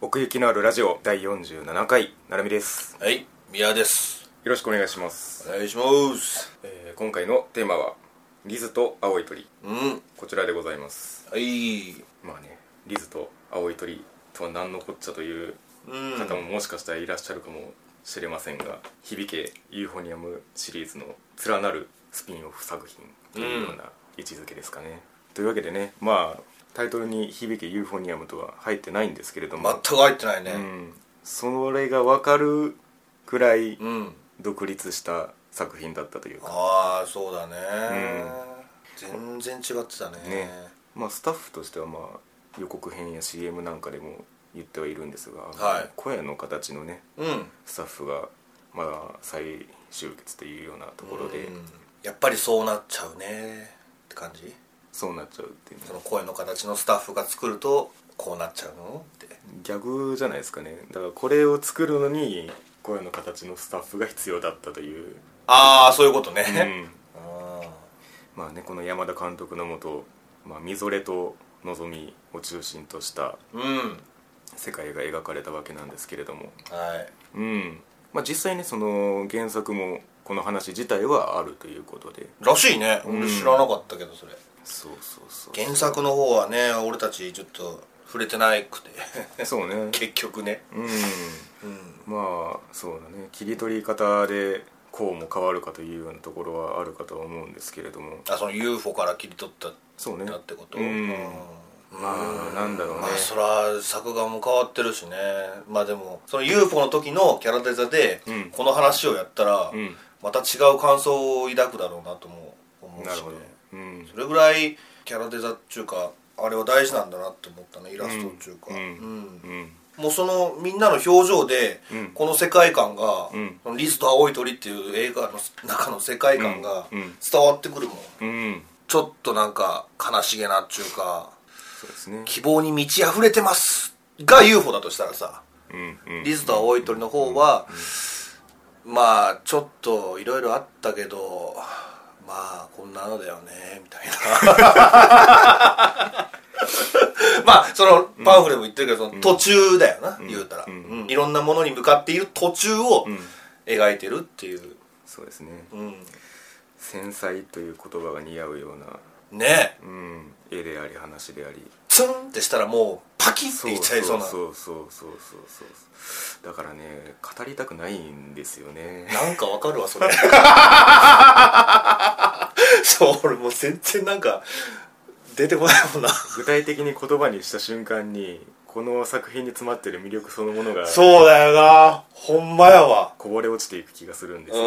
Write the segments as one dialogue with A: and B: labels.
A: 奥行きのあるラジオ第47回なるみです
B: はい、宮です。
A: よろしくお願いします、
B: お願いします。
A: えー今回のテーマは「リズと青い鳥
B: うん、」
A: こちらでございます
B: はい。
A: まあねリズと青い鳥とは何のこっちゃという
B: うん
A: 方ももしかしたらいらっしゃるかもしれませんが「響けユーフォニアム」シリーズの連なるスピンオフ作品というような位置づけですかね、というわけでねまあタイトルに「響けユーフォニアム」とは入ってないんですけれども
B: 全く入ってないね。
A: うん、それが分かるくらい
B: うん。
A: 独立した作品だったというか、
B: ああ、そうだね、全然違ってたね。
A: ねまあ、スタッフとしてはまあ予告編や CM なんかでも言ってはいるんですが、
B: はい
A: 声の形のね
B: うん。
A: スタッフがまあ再集結というようなところで、
B: うんやっぱりそうなっちゃうね。って感じ
A: そうなっちゃうっていうね
B: その声の形のスタッフが作ると、こうなっちゃうのって。
A: ギャグじゃないですかねだからこれを作るのに声の形のスタッフが必要だったという、
B: ああ、そういうこと
A: う
B: ね。
A: ん
B: うん。
A: まあね、この山田監督のもと、まあ、みぞれとのぞみを中心とした
B: うん。
A: 世界が描かれたわけなんですけれども、
B: はい。
A: うんまあ、実際ねその原作もこの話自体はあるということで
B: らしいね。俺知らなかったけど、それ。
A: そうそうそう
B: 原作の方はね、俺たちちょっと触れてないくて。
A: そうね
B: 結局ね。
A: うん
B: うん
A: まあそうだね切り取り方でこうも変わるかというようなところはあるかとは思うんですけれども
B: あその UFO から切り取った
A: そうね
B: だってこと
A: うん
B: うん
A: まあなんだろうね、
B: まあそら作画も変わってるしねまあでもその UFO の時のキャラデザで
A: うん
B: この話をやったら
A: うん
B: また違う感想を抱くだろうなとも思うし
A: なる
B: ね
A: ほど、うん
B: それぐらいキャラデザっていうかあれは大事なんだなって思ったねイラストっていうか
A: うん
B: うん
A: うん
B: もうそのみんなの表情で、
A: うん
B: この世界観が、
A: うん
B: そのリスと青い鳥っていう映画の中の世界観が
A: うんうん
B: 伝わってくるもん
A: うん
B: ちょっとなんか悲しげなっちゅうか
A: そうですね
B: 希望に満ち溢れてますが UFO だとしたらさ
A: うんうん
B: リズと青い鳥の方はまあちょっといろいろあったけどまあこんなのだよねみ たいなまあそのパンフレも言ってるけどその途中だよな、言うたら、
A: うん
B: うんいろんなものに向かっている途中を
A: うん
B: 描いてるっていう、
A: そうですね
B: うん
A: 繊細という言葉が似合うような、
B: ねえ
A: うん、絵であり話であり
B: ツンってしたらもうパキッていっちゃいそうな
A: そうそうそうそうそうそうだからね語りたくないんですよね
B: なんかわかるわ、それ。 そう、俺もう全然なんか、出てこないもんな。
A: 具体的に言葉にした瞬間にこの作品に詰まってる魅力そのものが
B: そうだよな。ほんまやわ。
A: こぼれ落ちていく気がするんですよ、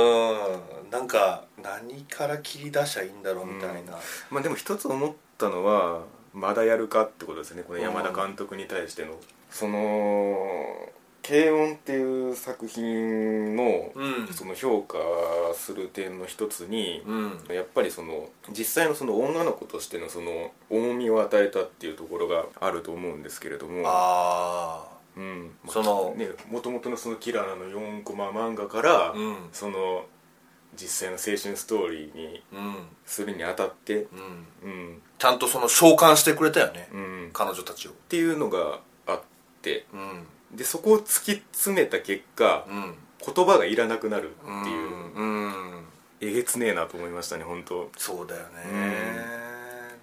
B: うん。なんか、何から切り出しゃいいんだろうみたいな。
A: まあ、でも一つ思ったのはまだやるかってことですねこの山田監督に対しての、その「軽音」っていう作品の、
B: うん
A: その評価する点の一つに、
B: うん。
A: やっぱりその実際のその女の子としてのその重みを与えたっていうところがあると思うんですけれども
B: あ
A: うんまあ
B: その
A: ねもともとのそのキラーの4コマ漫画から、
B: あ。うん。
A: その実際の青春ストーリーに
B: うん。
A: するにあたって
B: う
A: う
B: ん。
A: ん
B: ちゃんとその召喚してくれたよね。
A: うん
B: 彼女たちを。
A: っていうのがあって
B: うん。
A: でそこを突き詰めた結果
B: うん。
A: 言葉がいらなくなる
B: うん
A: っていう、
B: うん。
A: えげつねえなと思いましたね本当
B: そうだよね。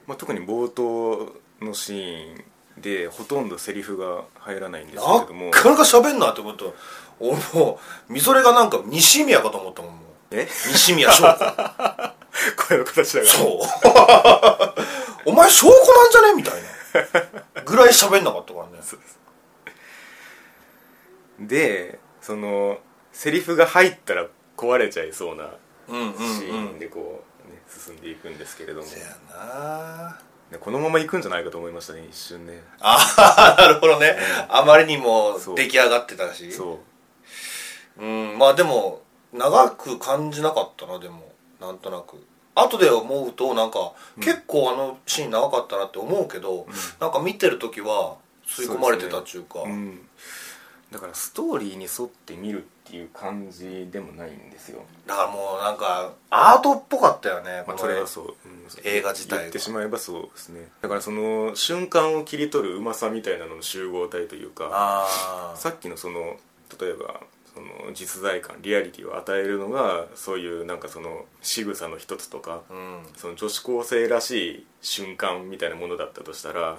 A: まあ、特に冒頭のシーンでほとんどセリフが入らないんですけれ
B: な
A: ども
B: かなか喋んなってこと俺もうみぞれがなんか西宮かと思ったもんもう
A: え
B: 西宮翔子
A: 声の形だから
B: そう お前翔子なんじゃねみたいなぐらい喋んなかったからね
A: でそのセリフが入ったら壊れちゃいそうな
B: うんうんうん
A: シーンでこう、ね、進んでいくんですけれども
B: せやな
A: でこのまま行くんじゃないかと思いましたね一瞬ね
B: ああなるほどねあまりにも
A: そう
B: 出来上がってたし
A: そう
B: うんまあでも長く感じなかったなでもなんとなく後で思うとなんか、結構あのシーン長かったなって思うけど、なんか見てる時は吸い込まれてたっていうか
A: うん、だからストーリーに沿って見るっていう感じでもないんですよ、
B: だからもうなんかアートっぽかったよね
A: まあ、
B: こ
A: そ
B: の絵
A: れはそう、うん
B: 映画自体が
A: 言ってしまえばそうですねだからその瞬間を切り取るうまさみたいなのの集合体というか
B: ああ
A: さっきのその例えばその実在感リアリティを与えるのがそういうなんかその仕草の一つとか、
B: うんうん
A: その女子高生らしい瞬間みたいなものだったとしたら、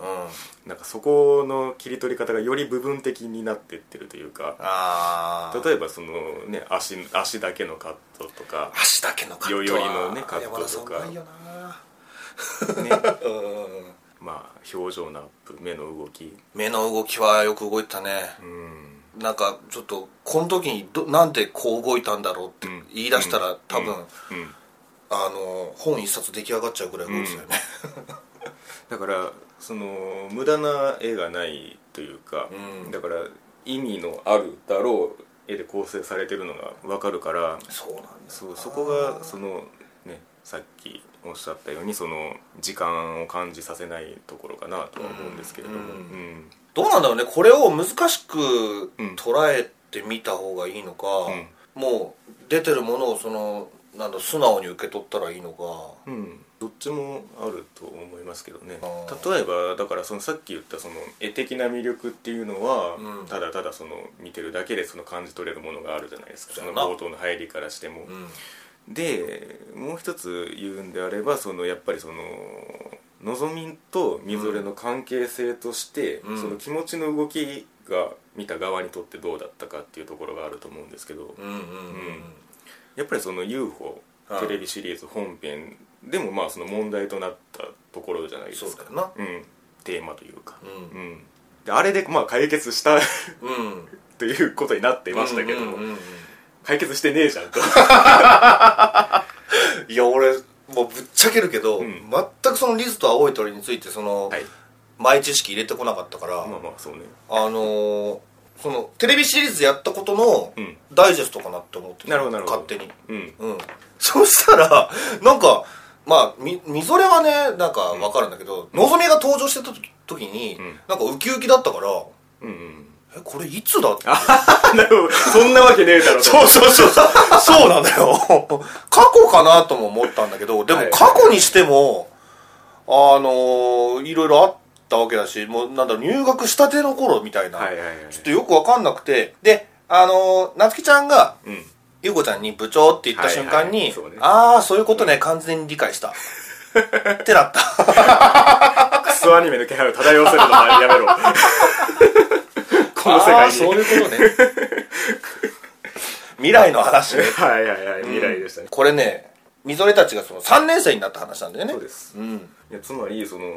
A: なんかそこの切り取り方がより部分的になってってるというか
B: ああ、
A: 例えばそのね足足だけのカットとか
B: 足だけのカット
A: よ
B: は
A: よりのねカットとか
B: 山田さんうまいよな
A: ね、
B: うん
A: まあ表情のアップ目の動き
B: 目の動きはよく動いてたね
A: うん
B: なんかちょっとこの時にどなんでこう動いたんだろうって
A: うん
B: 言い出したら多分、
A: うん
B: あの本一冊出来上がっちゃうぐらい動いてたよね、
A: だからその無駄な絵がないというか、
B: うん
A: だから意味のあるだろう絵で構成されてるのが分かるから
B: そうなんだ
A: そうそこがそのねさっきおっしゃったようにその時間を感じさせないところかなとは思うんですけれども、
B: うん
A: うん
B: どうなんだろうねこれを難しく
A: うん
B: 捉えてみた方がいいのか、
A: うん
B: もう出てるものをそのなんだ素直に受け取ったらいいのか
A: うん、どっちもあると思いますけどね
B: あー
A: 例えばだからそのさっき言ったその絵的な魅力っていうのは、
B: うん
A: ただただその見てるだけでその感じ取れるものがあるじゃないですかそ
B: そうや
A: の
B: な
A: 冒頭の入りからしても
B: う。ん
A: でもう一つ言うんであればそのやっぱりそののぞみとみぞれの関係性として、
B: うん
A: その気持ちの動きが見た側にとってどうだったかっていうところがあると思うんですけど、
B: うんうんうん
A: やっぱりその UFO
B: はい
A: テレビシリーズ本編でもまあその問題となったところじゃないで
B: そう
A: す
B: だ
A: か
B: よな
A: うん、テーマというか、
B: うん
A: うんであれでまあ解決した
B: うん
A: ということになっていましたけども、
B: うんうんうん
A: 解決してねえじゃんと
B: いや俺もうぶっちゃけるけど、
A: うん
B: 全くそのリズと青い鳥についてその、
A: はい
B: 前知識入れてこなかったから、
A: まあまあそうね
B: あのーそのテレビシリーズやったことの
A: うん
B: ダイジェストかなって思ってた
A: なるほどなるほど
B: 勝手に
A: うん
B: うん そしたらなんかまあみみぞれはねなんかわかるんだけど、のぞみが登場してた時時に、
A: ん
B: なんかウキウキだったか
A: う
B: ら
A: んうん
B: えこれいつだって
A: なるほどそんなわけねえだろと
B: そうそう そうそうそうなんだよ 過去かなとも思ったんだけどでも
A: はい
B: 過去にしてもあのーいろいろあったわけだしもうなんだろう入学したての頃みたいな、
A: はいはいはい
B: ちょっとよくわかんなくてであのー、夏希ちゃんが
A: うん
B: ゆうこちゃんに部長って言った瞬間に、
A: はいはいそうね
B: ああそういうことね完全に理解 したってなった
A: クソアニメの気配を漂わせるのはやめろこの世
B: あー
A: 界
B: そう
A: に
B: いうことね未来の話ね
A: はいはいはい未来でしたね、
B: これねみぞれたちがその3年生になった話なんだよね
A: そうです
B: うん
A: いやつまりその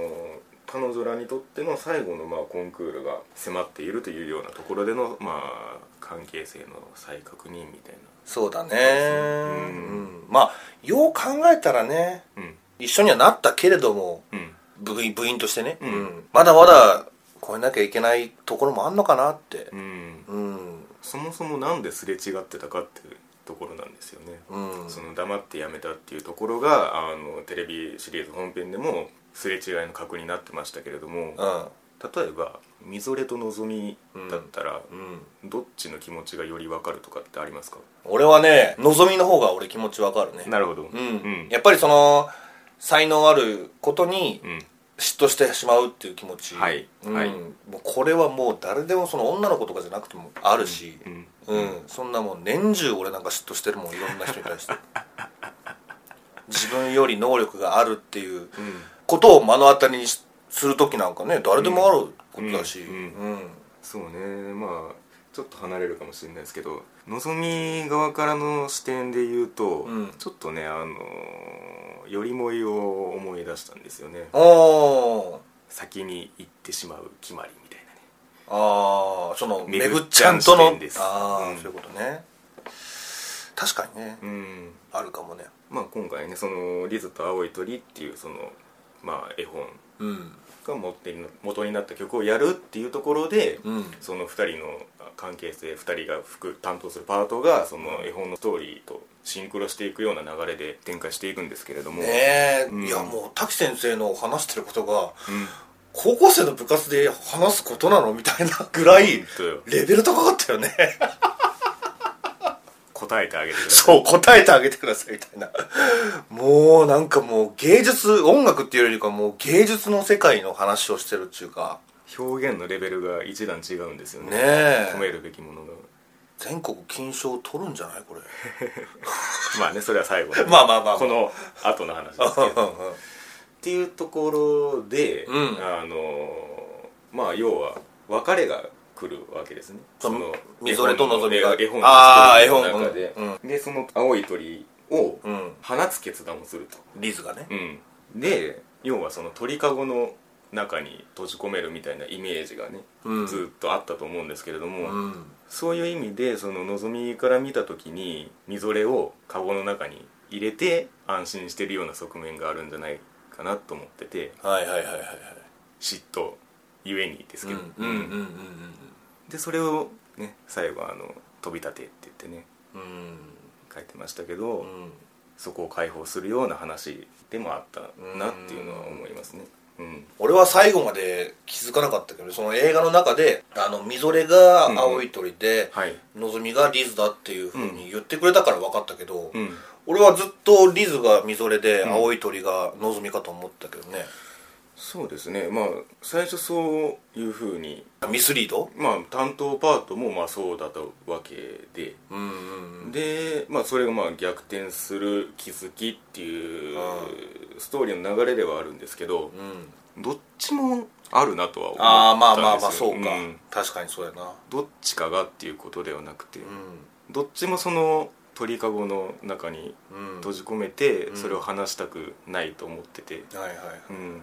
A: 彼女らにとっての最後のまあコンクールが迫っているというようなところでのまあ関係性の再確認みたい
B: そうだね
A: ん
B: うんまあよう考えたらね
A: なうん
B: 一緒にはなったけれども
A: うん
B: 部員部員としてね、
A: ん
B: うんまだまだ超えなきゃいけないところもあんのかなって
A: うん
B: うん
A: そもそもなんですれ違ってたかっていうところなんですよね、
B: うん
A: その黙ってやめたっていうところがあのテレビシリーズ本編でもすれ違いの核になってましたけれども
B: うん
A: 例えばみぞれとのぞみだったら、
B: うん
A: どっちの気持ちがより分かるとかってありますか
B: 俺はね望みの方が俺気持ちわかるね
A: なるほどう
B: うん、
A: うん
B: やっぱりその才能あることに
A: うん
B: 嫉妬してしまうっていう気持ち
A: はい
B: うん
A: はい
B: もうこれはもう誰でもその女の子とかじゃなくてもあるし
A: う
B: うんん、そんなもん年中俺なんか嫉妬してるもんいろんな人に対して自分より能力があるっていうことを目の当たりにしする時なんかね誰でもあることだし
A: うん
B: うん
A: そうねまあちょっと離れるかもしれないですけど望み側からの視点で言うと、
B: うん
A: ちょっとねあのーよりもいを思い出したんですよね
B: おー
A: 先に行ってしまう決まりみたいなね
B: ああその
A: め
B: め
A: ぐ
B: ぐ
A: っ
B: っ
A: ち
B: ち
A: ゃ
B: ゃ
A: ん
B: ん
A: と
B: と
A: の
B: の
A: あ
B: あ
A: ー
B: あ、そういうことね確かにね、
A: うん
B: あるかもね
A: まあ今回ねその「リズと青い鳥」っていうそのまあ絵本
B: うん
A: が持ってる元になった曲をやるっていうところで、
B: うん
A: その2人の関係性2人が服担当するパートがその絵本のストーリーとシンクロしていくような流れで展開していくんですけれども、
B: ねえ、
A: うん
B: いやもう滝先生の話してることが
A: うん
B: 高校生の部活で話すことなのみたいな ぐらい
A: 当よ
B: レベル高かったよね
A: 答えてあげてくださ
B: そう答えてあげてくださいみたいなもうなんかもう芸術音楽っていうよりかはもう芸術の世界の話をしてるっていうか
A: い表現のレベルが一段違うんですよね
B: ねえ
A: 込めるべきものが
B: 全国金賞取るんじゃないこれ
A: まあねそれは最後
B: まあまあまあ
A: この後の話ですけどっていうところで、
B: うん
A: あのまあ要は別れが来るわけですね
B: そのみ
A: 絵
B: ぞれ
A: 本
B: とのぞみが
A: 絵本
B: あー
A: の中
B: 絵
A: で、
B: 本
A: でその青い鳥を
B: うん
A: 放つ決断をすると、
B: リズがね
A: うん、で要はその鳥かごの中に閉じ込めるみたいなイメージがね、
B: うん
A: ずっとあったと思うんですけれども、
B: うん
A: そういう意味でそののぞみから見た時にみぞれをカゴの中に入れて安心してるような側面があるんじゃないかなと思ってて
B: はいはいはいはいはい
A: 嫉妬ゆえにです
B: う
A: け
B: ん
A: ど、
B: うんうん
A: でそれをね最後あの「飛び立て」って言ってね
B: うんうん
A: 書いてましたけど、
B: うん
A: そこを解放するような話でもあったなっていうのは思いますね。うん
B: 俺は最後まで気づかなかったけどその映画の中であのみぞれが青い鳥で、
A: はい
B: のぞみがリズだっていうふうに言ってくれたから分かったけど、
A: うん
B: 俺はずっとリズがみぞれで青い鳥がのぞみかと思ったけどね、
A: そうですねまあ最初そういうふうに
B: ミスリード
A: まあ担当パートもまあそうだったわけで、
B: うんうん
A: で、まあ、それがまあ逆転する気づきっていう
B: あ
A: ストーリーの流れではあるんですけど
B: うん
A: どっちもあるなとは思ったんですよ
B: ああまあまあまあそうか、
A: ん
B: 確かにそうやな
A: どっちかがっていうことではなくて、
B: う
A: どっちもその鳥かごの中に
B: んうん
A: 閉じ込めて、
B: ん
A: それを離したくないと思ってて、
B: はいはい
A: うん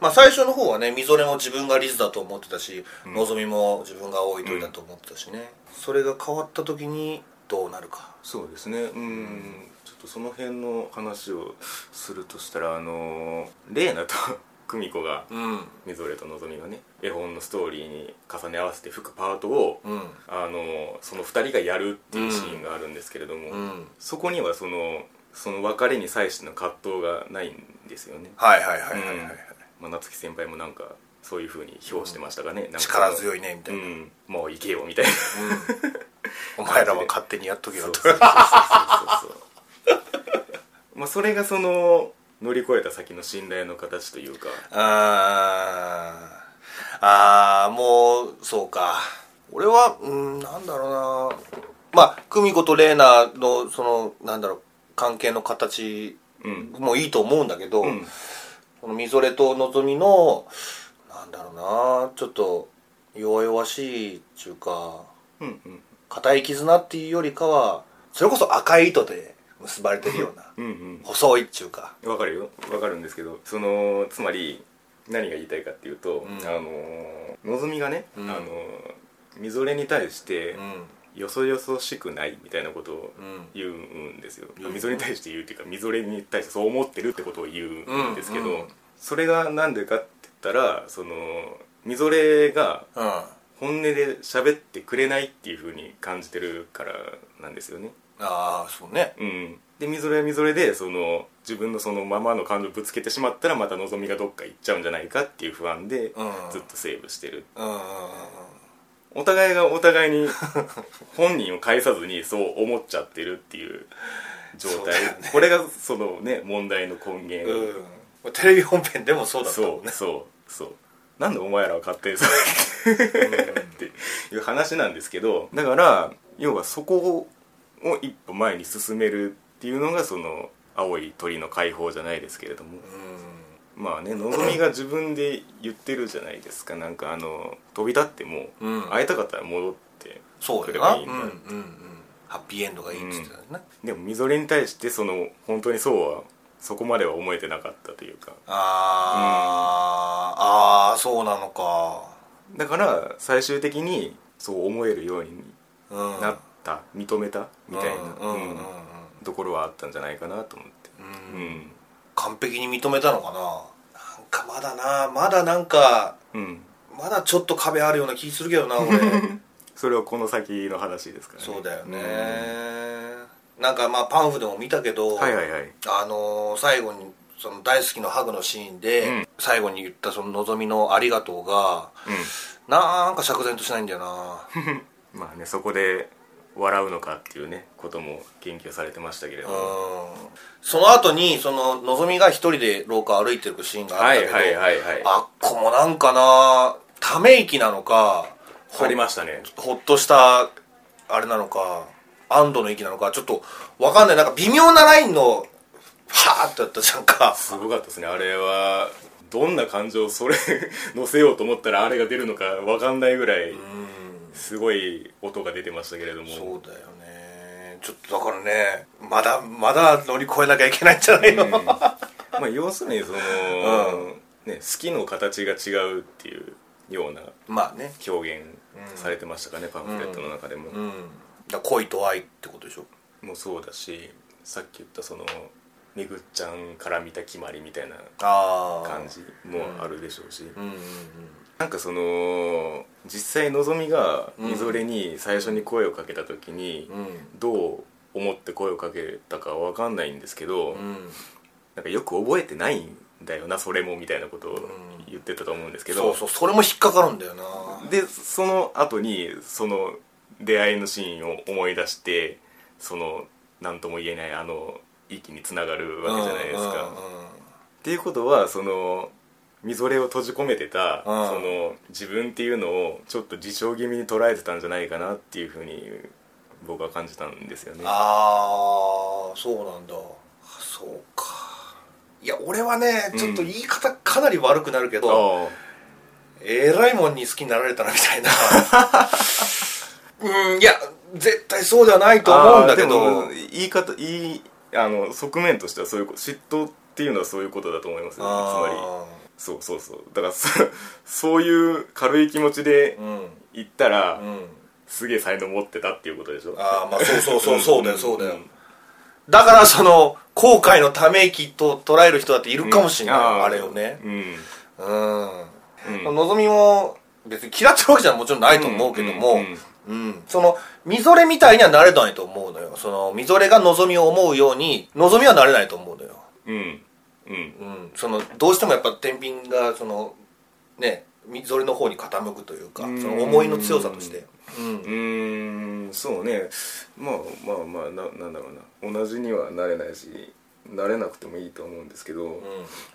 B: まあ、最初の方はねみぞれも自分がリズだと思ってたし、のぞみも自分が青い鳥だと思ってたしね、それが変わった時にどうなるか
A: そうですねうん、ちょっとその辺の話をするとしたらあの玲奈と 久美子が
B: うんうん
A: みぞれとのぞみがね絵本のストーリーに重ね合わせて吹くパートを、あのその2人がやるっていうシーンがあるんですけれども、
B: うん
A: そこにはそのその別れに際しての葛藤がないんですよね、
B: はいはいはいはいはい、はい
A: まあ、夏樹先輩もなんかそういうふうに評してましたがね、なんかその
B: 力強いねみた
A: う
B: いな、うん
A: んもう行けよみたいな
B: お前らは勝手にやっとけよ
A: そう
B: と
A: そうそうそうそう まあそれがその乗り越えた先の信頼の形というか
B: あーあーもうそうか俺はうんなんだろうなまあ久美子と玲奈のそのなんだろう関係の形
A: うん
B: もいいと思うんだけど、
A: うん
B: このみぞれとのぞみのなんだろうなちょっと弱々しいっていうか
A: うんうん
B: 固い絆っていうよりかはそれこそ赤い糸で結ばれてるような
A: うんうん
B: 細いっていうか
A: わかるよわかるんですけどそのつまり何が言いたいかっていうと、
B: ん
A: あのーのぞみがね、
B: うん
A: あのーみぞれに対して、
B: う
A: よそよそしくないみたいなことを
B: んうん
A: 言うんですよ、
B: うん
A: みぞれに対して言うっていうかみぞれに対してそう思ってるってことを言うんですけど、
B: うんうん
A: それがなんでかって言ったらそのみぞれが
B: うん
A: 本音で喋ってくれないっていうふうに感じてるからなんですよね
B: ああそうね
A: うん、でみぞれはみぞれでその自分のそのままの感情をぶつけてしまったらまたのぞみがどっか行っちゃうんじゃないかっていう不安で
B: うん
A: ずっとセーブしてる、
B: うんうんうん
A: お互いがお互いに本人を介さずにそう思っちゃってるっていう状
B: そう
A: 態
B: だよね
A: これがそのね問題の根源、
B: うんテレビ本編でもそうだったも
A: そ
B: ん
A: う
B: ね
A: そうそうなんでお前らは勝手にそうっていう話なんですけどだから要はそこを一歩前に進めるっていうのがその青い鳥の解放じゃないですけれどもまあねのぞみが自分で言ってるじゃないですかなんかあの飛び立っても
B: うん
A: 会いたかったら戻って
B: そう
A: く
B: だ
A: れ
B: な
A: ば
B: う
A: いいん
B: んう
A: だ、
B: んうんハッピーエンドがいいっつってたよね
A: でもみぞれに対してその本当にそうはそこまでは思えてなかったというか
B: あーあーそうなのか
A: だから最終的にそう思えるように
B: うん
A: なった認めたみたいな、
B: うんうんうんうん
A: うんところはあったんじゃないかなと思って
B: うん
A: うん
B: 完璧に認めたのかななんかまだなまだなんか
A: うん
B: まだちょっと壁あるような気するけど な俺
A: それはこの先の話ですからね
B: そうだよね、なんかまあパンフでも見たけど、
A: うんはいはいはい
B: あのー最後にその大好きのハグのシーンで、
A: うん
B: 最後に言ったその望みの「ありがとうが」なんか釈然としないんだよな
A: うん、まあねそこで笑うのかっていうねことも言及されてましたけれど
B: う
A: も
B: んその後にその望みが一人で廊下を歩いてるシーンがあ
A: は
B: った
A: い
B: けど、
A: はいはいはい
B: あっこもなんかなため息なのかほ
A: ありましたね
B: ほっとしたあれなのか安堵の息なのかちょっとわかんないなんか微妙なラインのはーってやったじゃんか
A: すごかったですねあれはどんな感情をそれ 乗せようと思ったらあれが出るのかわかんないぐらいすごい音が出てましたけれども
B: そうだよねちょっとだからねまだまだ乗り越えなきゃいけないんじゃないの、
A: まあ要するにその、ね、好きの形が違うっていうような
B: まあね
A: 表現されてましたかね、パンフレットの中でも、
B: うんだから恋と愛ってことでしょ
A: もうそうだしさっき言ったそのめぐっちゃんから見た決まりみたいな
B: ああ
A: 感じもあるでしょうし、
B: うんうんうん
A: なんかその実際のぞみがみぞれに最初に声をかけた時に、
B: うん
A: どう思って声をかけたかわかんないんですけど、
B: うん
A: なんかよく覚えてないんだよなそれもみたいなことを言ってたと思うんですけど、
B: そうそうそれも引っかかるんだよな
A: でその後にその出会いのシーンを思い出してその何とも言えないあの息につながるわけじゃないですか。
B: うんうんうん
A: っていうことはそのみぞれを閉じ込めてた、
B: うん
A: その自分っていうのをちょっと自傷気味に捉えてたんじゃないかなっていうふうに僕は感じたんですよね。
B: ああそうなんだそうかいや俺はねちょっと言い方かなり悪くなるけ
A: あ
B: ど、えらいもんに好きになられたなみたいな うんいや絶対そうではないと思うんだけど
A: あーでも言い方言いあの側面としてはそういうこと嫉妬っていうのはそういうことだと思いますよねつまり
B: あ
A: そうそうそうだからそ そういう軽い気持ちで
B: ーうん
A: 行ったら、
B: うん
A: すげえ才能持ってたっていうことでしょ
B: ああまあそうそうそう そうだよそうだよ
A: ん
B: だからその後悔のため息と捉える人だっているかもしれない、
A: ー
B: あれをね
A: うん
B: うん、
A: うん
B: 望みも別に嫌ってるわけじゃもちろんないと思うけども、
A: うん
B: うん、その、みぞれみたいにはなれないと思うのよ。その、みぞれが望みを思うように、望みはなれないと思うのよ。
A: うんうん
B: うん、その、どうしてもやっぱ天秤が、その、ね、みぞれの方に傾くというか、そ
A: うん
B: の思いの強さとして。うん
A: う。ーんそうねまあまあまあななんだろうな同じにはなれないしなれなくてもいいと思うんですけど、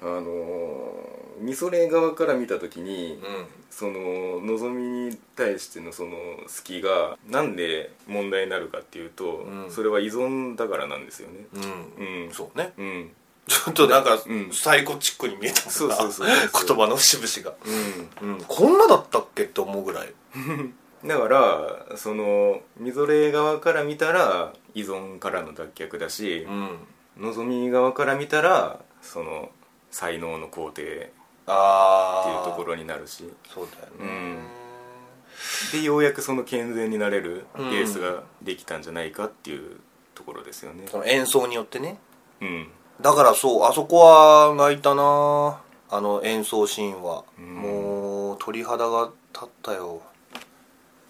A: あのーみそれ側から見た時に、
B: うん。
A: その望みに対してのその好きがなんで問題になるかっていうと、
B: うん
A: それは依存だからなんですよね
B: うん。
A: うん
B: そうね。
A: ううん
B: ちょっとなんか、
A: うん
B: サイコチックに見えたもんな
A: そうそうそうそう
B: 言葉の節々が。
A: うん
B: うん。こんなだったっけって思うぐらい。
A: だからそのみぞれ側から見たら依存からの脱却だし
B: う、ん。
A: のぞみ側から見たらその才能の肯定っていう
B: あー。
A: ところになるし
B: そうだよね。
A: うんでようやくその健全になれるベ
B: うん
A: ースができたんじゃないかっていうところですよね
B: その演奏によってね。
A: うん
B: だからそうあそこは泣いたなあの演奏シーンは、
A: ん
B: もう鳥肌が立ったよ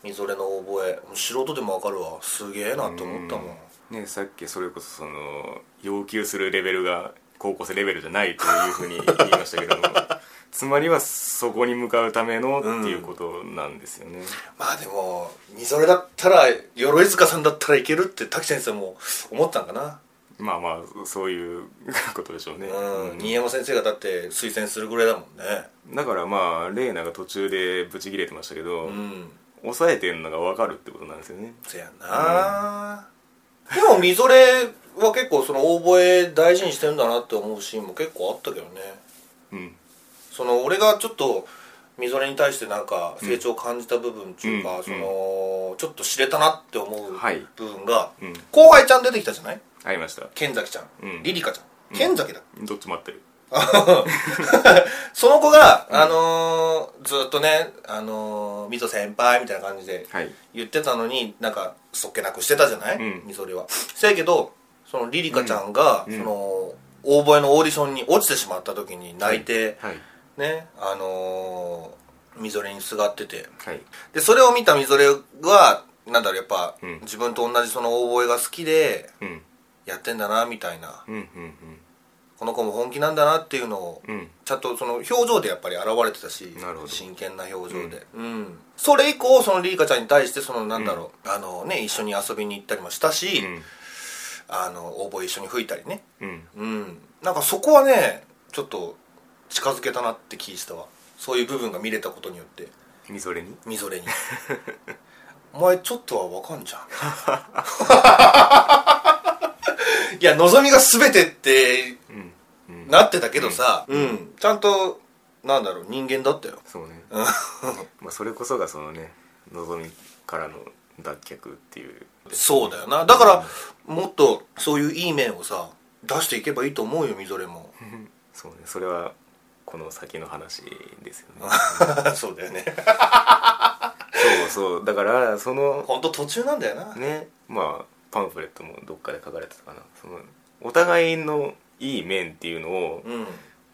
B: みぞれの覚え素人でもわかるわすげえなって思ったもん、
A: ねさっきそれこそその要求するレベルが高校生レベルじゃないというふうに言いましたけ れどもつまりはそこに向かうためのっていうことなんですよね、
B: まあでもみぞれだったら鎧塚さんだったらいけるって滝先生も思ったんかな、
A: まあまあそういうことでしょうね、
B: うん
A: うん
B: 新山先生がだって推薦するぐらいだもんね
A: だからまあ玲奈が途中でブチ切れてましたけど、
B: うん
A: 抑えてるのが分かるってことなんですよね
B: せやな、でもみぞれは結構その覚え大事にしてるんだなって思うシーンも結構あったけどね
A: うん
B: その俺がちょっとみぞれに対してなんか成長を感じた部分っていうか、
A: うん
B: そのちょっと知れたなって思う
A: はい
B: 部分が、
A: うん
B: 後輩ちゃん出てきたじゃない
A: ありました
B: 剣崎ちゃん、
A: うん
B: リリカちゃん剣崎だ、
A: どっちも合ってる
B: その子が、あのーずっとね「あのー、みぞ先輩」みたいな感じで
A: はい
B: 言ってたのになんかそっけなくしてたじゃない、
A: うん
B: みぞれはせやけどそのリリカちゃんが、
A: うん
B: そのオーボエのオーディションに落ちてしまった時に泣いて、
A: はい
B: ねあのーみぞれにすがってて
A: はい
B: でそれを見たみぞれはなんだろうやっぱ、
A: うん
B: 自分と同じそのオーボエが好きで
A: うん
B: やってんだなみたいな
A: うんうんうん
B: ここの子も本気なんだなっていうのを、
A: うん
B: ちゃんとその表情でやっぱり現れてたし
A: なるほど
B: 真剣な表情で、うんそれ以降そのリーカちゃんに対してそのなんだろう、あのね一緒に遊びに行ったりもしたし、
A: うん
B: あの応募一緒に吹いたりね
A: うん
B: うんなんかそこはねちょっと近づけたなって気したわそういう部分が見れたことによって
A: みぞれに
B: みぞれ にお前ちょっとはわかんじゃんいや望みが全てって
A: うんうん
B: なってたけどさ、うんちゃんとなんだろう人間だったよ
A: そう ねまあそれこそがそのね望みからの脱却っていう
B: そうだよなだから、もっとそういういい面をさ出していけばいいと思うよみぞれも
A: そうねそれはこの先の話ですよね
B: そうだよね
A: そうそうだからその
B: 本当途中なんだよな
A: ねまあパンフレットもどっかで書かれてたかなそのお互いのいい面っていうのを
B: うん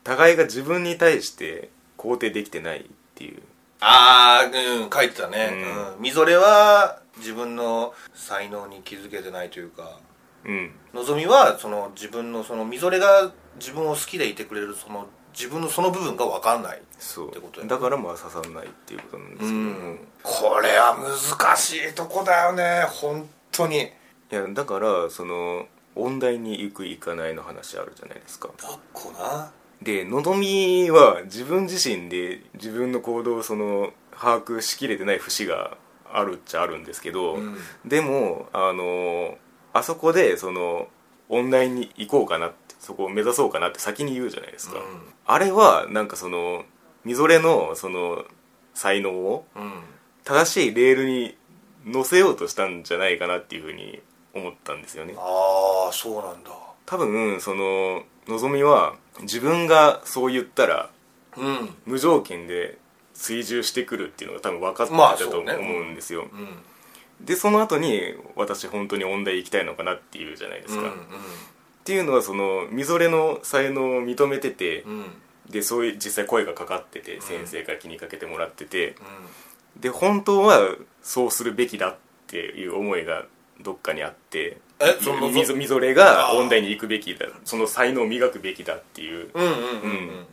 A: 互いが自分に対して肯定できてないっていう
B: ああうん書いてたね、
A: うん
B: うんみぞれは自分の才能に気づけてないというか
A: うん
B: のぞみはその自分のそのみぞれが自分を好きでいてくれるその自分のその部分が分かんない
A: そ
B: ってこと
A: う
B: や
A: だからまあ刺さんないっていうことなんですけども、
B: これは難しいとこだよね本当に
A: いやだからその音大に行く行かないの話あるじゃないですか
B: だっこな
A: でのぞみは自分自身で自分の行動をその把握しきれてない節があるっちゃあるんですけど、
B: うん
A: でもあのあそこでそのオンラインに行こうかなってそこを目指そうかなって先に言うじゃないですか、
B: うん
A: あれはなんかそのみぞれのその才能を
B: うん
A: 正しいレールに乗せようとしたんじゃないかなっていうふうに思ったんですよね
B: ああそうなんだ
A: 多分そののぞみは自分がそう言ったら
B: うんうん
A: 無条件で追従してくるっていうのが多分分かってたと
B: まあそうね
A: 思うんですよ、でその後に私本当に音大行きたいのかなっていうじゃないです
B: うん
A: か、
B: うん
A: っていうのはそのみぞれの才能を認めてて、
B: うん
A: でそういう実際声がかかってて先生から気にかけてもらってて、で本当はそうするべきだっていう思いがどっかにあって
B: えその
A: みぞみぞれが
B: あー
A: 音大に行くべきだその才能を磨くべきだっていう
B: うんうんうんうんうん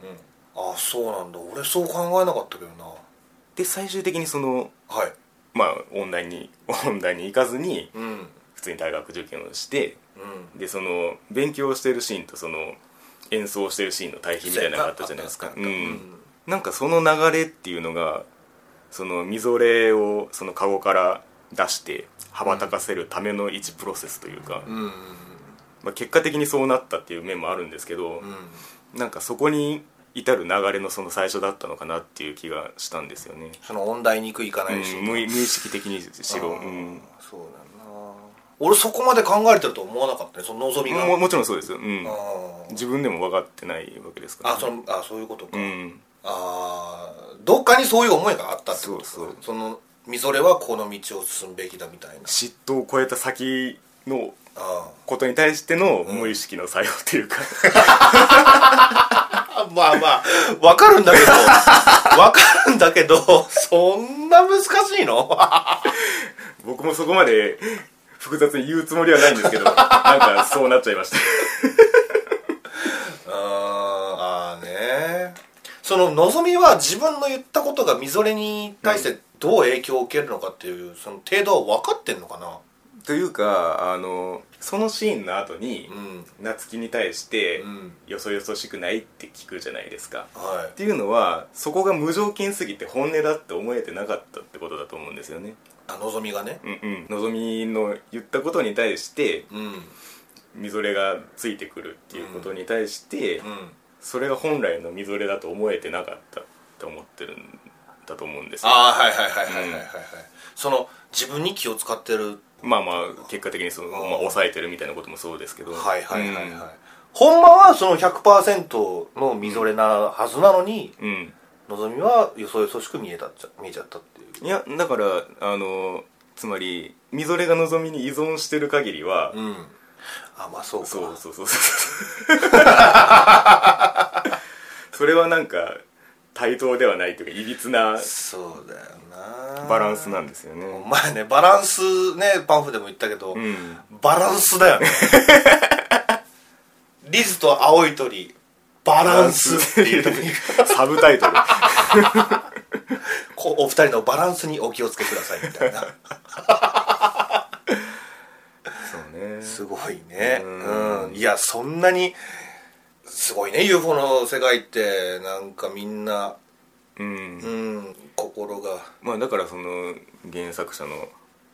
B: ああそうなんだ俺そう考えなかったけどなは
A: で最終的にその
B: い
A: まあ音大に音大に行かずに
B: うんうん
A: 普通に大学受験をしてでその勉強してるシーンとその演奏してるシーンの対比みたいなのがあったじゃないですか
B: あった
A: う
B: あった
A: んなんかその流れっていうのがそのみぞれをそのカゴから出して羽ばたかせるための一プロセスというか、
B: うんうん
A: まあ、結果的にそうなったっていう面もあるんですけど、
B: うん
A: なんかそこに至る流れのその最初だったのかなっていう気がしたんですよね、
B: その音大に行く行か
A: う
B: ないし
A: ん、無意無意識的にしろ、
B: あー
A: うん、
B: そうだな俺そこまで考えてると思わなかったねその望みが
A: ももちろんそうですよ、うん、
B: あー
A: 自分でも分かってないわけですから、
B: あそのあそういうことか、
A: うん
B: あーどっかにそういう思いがあったってことか
A: そうそう
B: そのみぞれはこの道を進むべきだみたいな
A: 嫉妬を超えた先の
B: あ
A: ことに対しての無意識の作用っていうか、
B: あまあまあ わかるんだけど わかるんだけどそんな難しい の
A: 僕もそこまで複雑に言うつもりはないんですけどなんかそうなっちゃいました
B: ああねその望みは自分の言ったことがみぞれに対してどう影響を受けるのかっていうその程度は分かってんのかな
A: というかあのそのシーンの後に、
B: うん
A: 夏希に対して、
B: うん
A: よそよそしくないって聞くじゃないですか
B: は
A: っ
B: い
A: ていうのはそこが無条件すぎて本音だって思えてなかったってことだと思うんですよね
B: あ望みがね
A: うんうんのぞみの言ったことに対して
B: うんうん
A: みぞれがついてくるっていうことに対して、それが本来のみぞれだと思えてなかったって思ってるんだと思うんですよ
B: ああはいはいはいはいはいはいはい、その自分に気を使ってる
A: まあまあ結果的にその、まあ、抑えてるみたいなこともそうですけど
B: はいはいはいはい、
A: うん
B: ほんまはその100%のみぞれなはずなのに、
A: うん、
B: のぞみはよそよそしく見えたっちゃ見えちゃったっていう
A: いやだからあのつまりみぞれが望みに依存してる限りは、
B: うんあまあそうか
A: そうそうそうそうそうそれはなんか対等ではないというかいびつな
B: そうだよな
A: バランスなんですよ
B: お
A: ね
B: 前ねバランスねパンフでも言ったけど、
A: うん
B: バランスだよねリリズと青い鳥バランスっていう 時に
A: サブタイトル
B: こうお二人のバランスにお気をつけくださいみたいな
A: そうね
B: すごいね
A: う
B: うんいやそんなにすごいね UFO の世界ってなんかみんな
A: うん
B: うん心が
A: まあだからその原作者の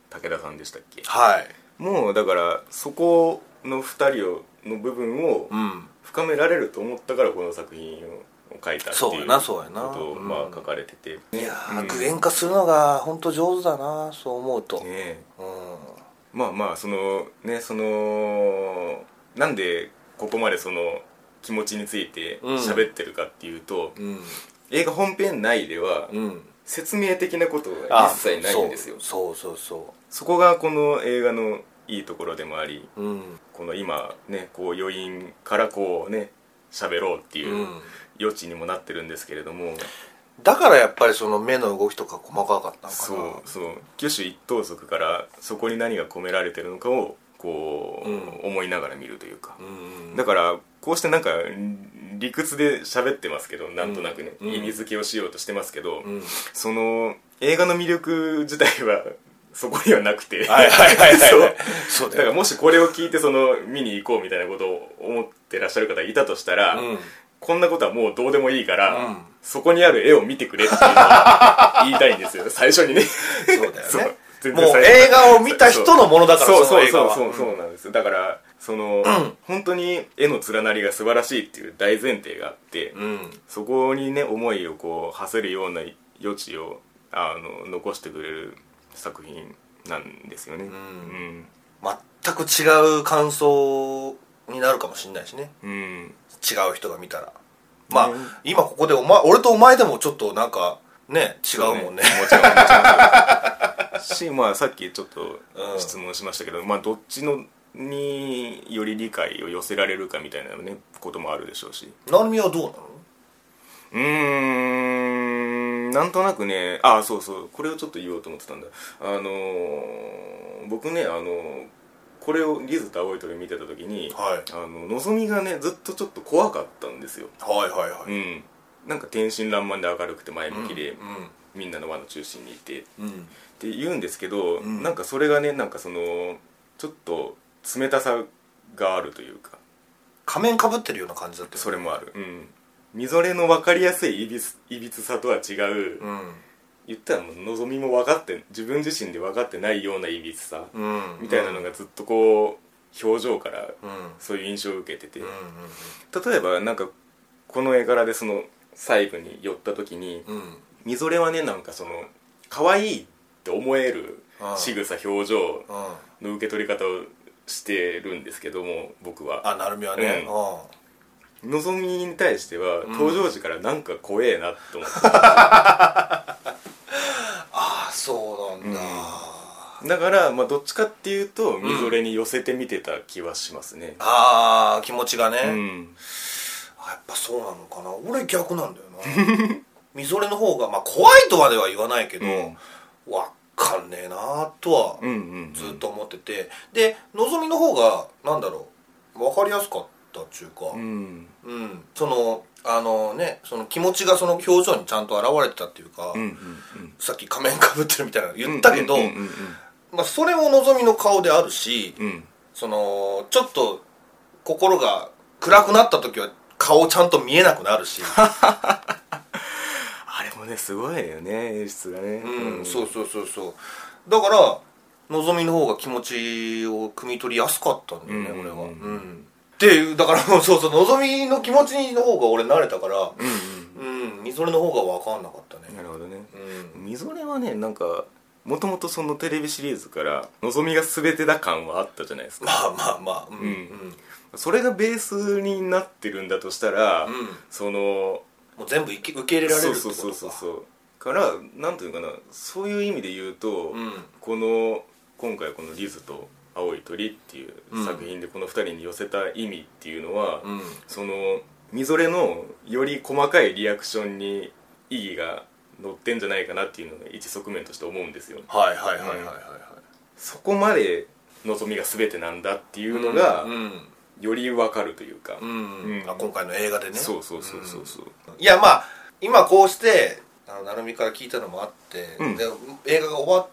A: 武田さんでしたっけ
B: はい
A: もうだからそこの2人をの部分を
B: うん
A: 深められると思ったからこの作品を書いたって
B: そう
A: い
B: や
A: う
B: なそうやな
A: ことを
B: うん
A: まあ書かれてて、
B: いやー
A: うん
B: 具
A: ね
B: 現化するのが本当上手だなそう思うと、
A: え
B: う
A: まあまあそのねそのなんでここまでその気持ちについて喋ってるかっていうと、
B: んうん
A: 映画本編内では
B: うん
A: 説明的なことが一切ないんですよ
B: そうそうそ
A: そこがこの映画のいいところでもあり
B: うそううん
A: この今ねこう余韻からこうね喋ろうっていううん余地にもなってるんですけれども、
B: だからやっぱりその目の動きとか細かかったのかな
A: そうそう九州一等足からそこに何が込められてるのかをこう、
B: うん
A: 思いながら見るというか、
B: うん
A: だからこうしてなんか理屈で喋ってますけどなんとなくね、
B: うん
A: 意味付けをしようとしてますけど、
B: うん
A: その映画の魅力自体はそこにはなくて、
B: はいはいは いはい
A: そう
B: そう
A: だか
B: だ
A: ら
B: よ
A: もしこれを聞いてその見に行こうみたいなことを思ってらっしゃる方いたとしたら、
B: うん
A: こんなことはもうどうでもいいから、
B: うん
A: そこにある絵を見てくれっていうのは言いたいんです よ最初にね
B: そうだ
A: そ
B: よ
A: う
B: ね
A: 全然
B: もう
A: 最初
B: 映画を見た人のものだから
A: そう
B: そ
A: そう
B: の映画
A: そう
B: は
A: そうそうなんですよだからその、本当に絵の連なりが素晴らしいっていう大前提があって、
B: うん
A: そこにね思いをこう馳せるような余地をあの残してくれる作品なんですよね
B: ん全く違う感想になるかもしれないしね
A: うん、うん
B: 違う人が見たらまあ、
A: ね
B: 今ここでお前俺とお前でもちょっとなんかね違うもんね
A: もちろんもち ろんし、まあ、さっきちょっと
B: うん
A: 質問しましたけど、まあ、どっちのにより理解を寄せられるかみたいなねこともあるでしょうし
B: 成海はどうなの
A: うーんなんとなくねあそうそうこれをちょっと言おうと思ってたんだあのー僕ねあのーこれを「リズと青い鳥」見てた時に、
B: はい
A: あののぞみがねずっとちょっと怖かったんですよ
B: はいはいは
A: う
B: い
A: んなんか天真爛漫で明るくて前向きで、
B: う
A: みんなの輪の中心にいて
B: んうん
A: って言うんですけど、
B: ん
A: なんかそれがねなんかそのちょっと冷たさがあるというか
B: 仮面かぶってるような感じだったよ
A: それもあるうんみぞれの分かりやすいいびついびつさとは違う、
B: うん
A: 言ったらもう望みも分かって自分自身で分かってないようないびつさ、
B: うん
A: みたいなのがずっとこう表情から
B: うんうん
A: そういう印象を受けてて、
B: う
A: 例えばなんかこの絵柄でその細部に寄った時に、
B: んうんうん
A: みぞれはねなんかその可愛いって思える仕草表情
B: うん
A: の受け取り方をしてるんですけども僕は
B: あ成海はね
A: うん
B: うん
A: のぞみに対しては登場時からなんか怖えなと思って、
B: ああそうなんだ
A: だから、まあ、どっちかっていうとみぞれに寄せて見てた気はしますね
B: ああ気持ちが
A: うん、
B: ねあやっぱそうなのかな俺逆なんだよな みぞれの方がまあ怖いとまでは言わないけど
A: うん
B: わかんねえなとは
A: うんうん
B: ずっと思っててでのぞみの方がなんだろう分かりやすかったっちゅうか
A: うん
B: うんそのあのねその気持ちがその表情にちゃんと表れてたっていうか
A: うんうん
B: さっき仮面かぶってるみたいなの
A: うん
B: 言ったけど
A: うんうんうん
B: まあそれものぞみの顔であるし
A: うんうん
B: そのちょっと心が暗くなった時は顔ちゃんと見えなくなるし
A: あれもねすごいよね演出がね
B: うんそうそうそうそうだからのぞみの方が気持ちを汲み取りやすかったんだよね、
A: うん
B: 俺は
A: う
B: うんんっていうだからもう そうそうのぞみの気持ちの方が俺慣れたから
A: うん
B: うんみぞれの方が分かんなかった
A: うん
B: ね
A: なるほどね、
B: うん
A: みぞれはねなんかもともとそのテレビシリーズから望みが全てだ感はあったじゃないです
B: ま
A: か
B: あまあまあうん
A: う
B: うんん
A: それがベースになってるんだとしたら、
B: うん
A: その
B: もう全部いけ受け入れられ
A: そ
B: るっ
A: う
B: てこ
A: そ
B: と
A: う
B: か
A: そうそうそうからなんというかなそういう意味で言うと、
B: うん
A: この今回この「リズと青い鳥」っていう作品でこの2人に寄せた意味っていうのは、
B: うん
A: そのみぞれのより細かいリアクションに意義が乗ってんじゃないかなっていうのが一側面として思うんですよ
B: はいはいはいはいはいはい
A: そこまで望みが全てなんだっていうのが、
B: うん
A: よりわかるというか、
B: うん
A: うん
B: あ今回の映画でね
A: そうそうそうそうそう、
B: いやまあ今こうしてあの成美から聞いたのもあって、
A: うん
B: で映画が終わっ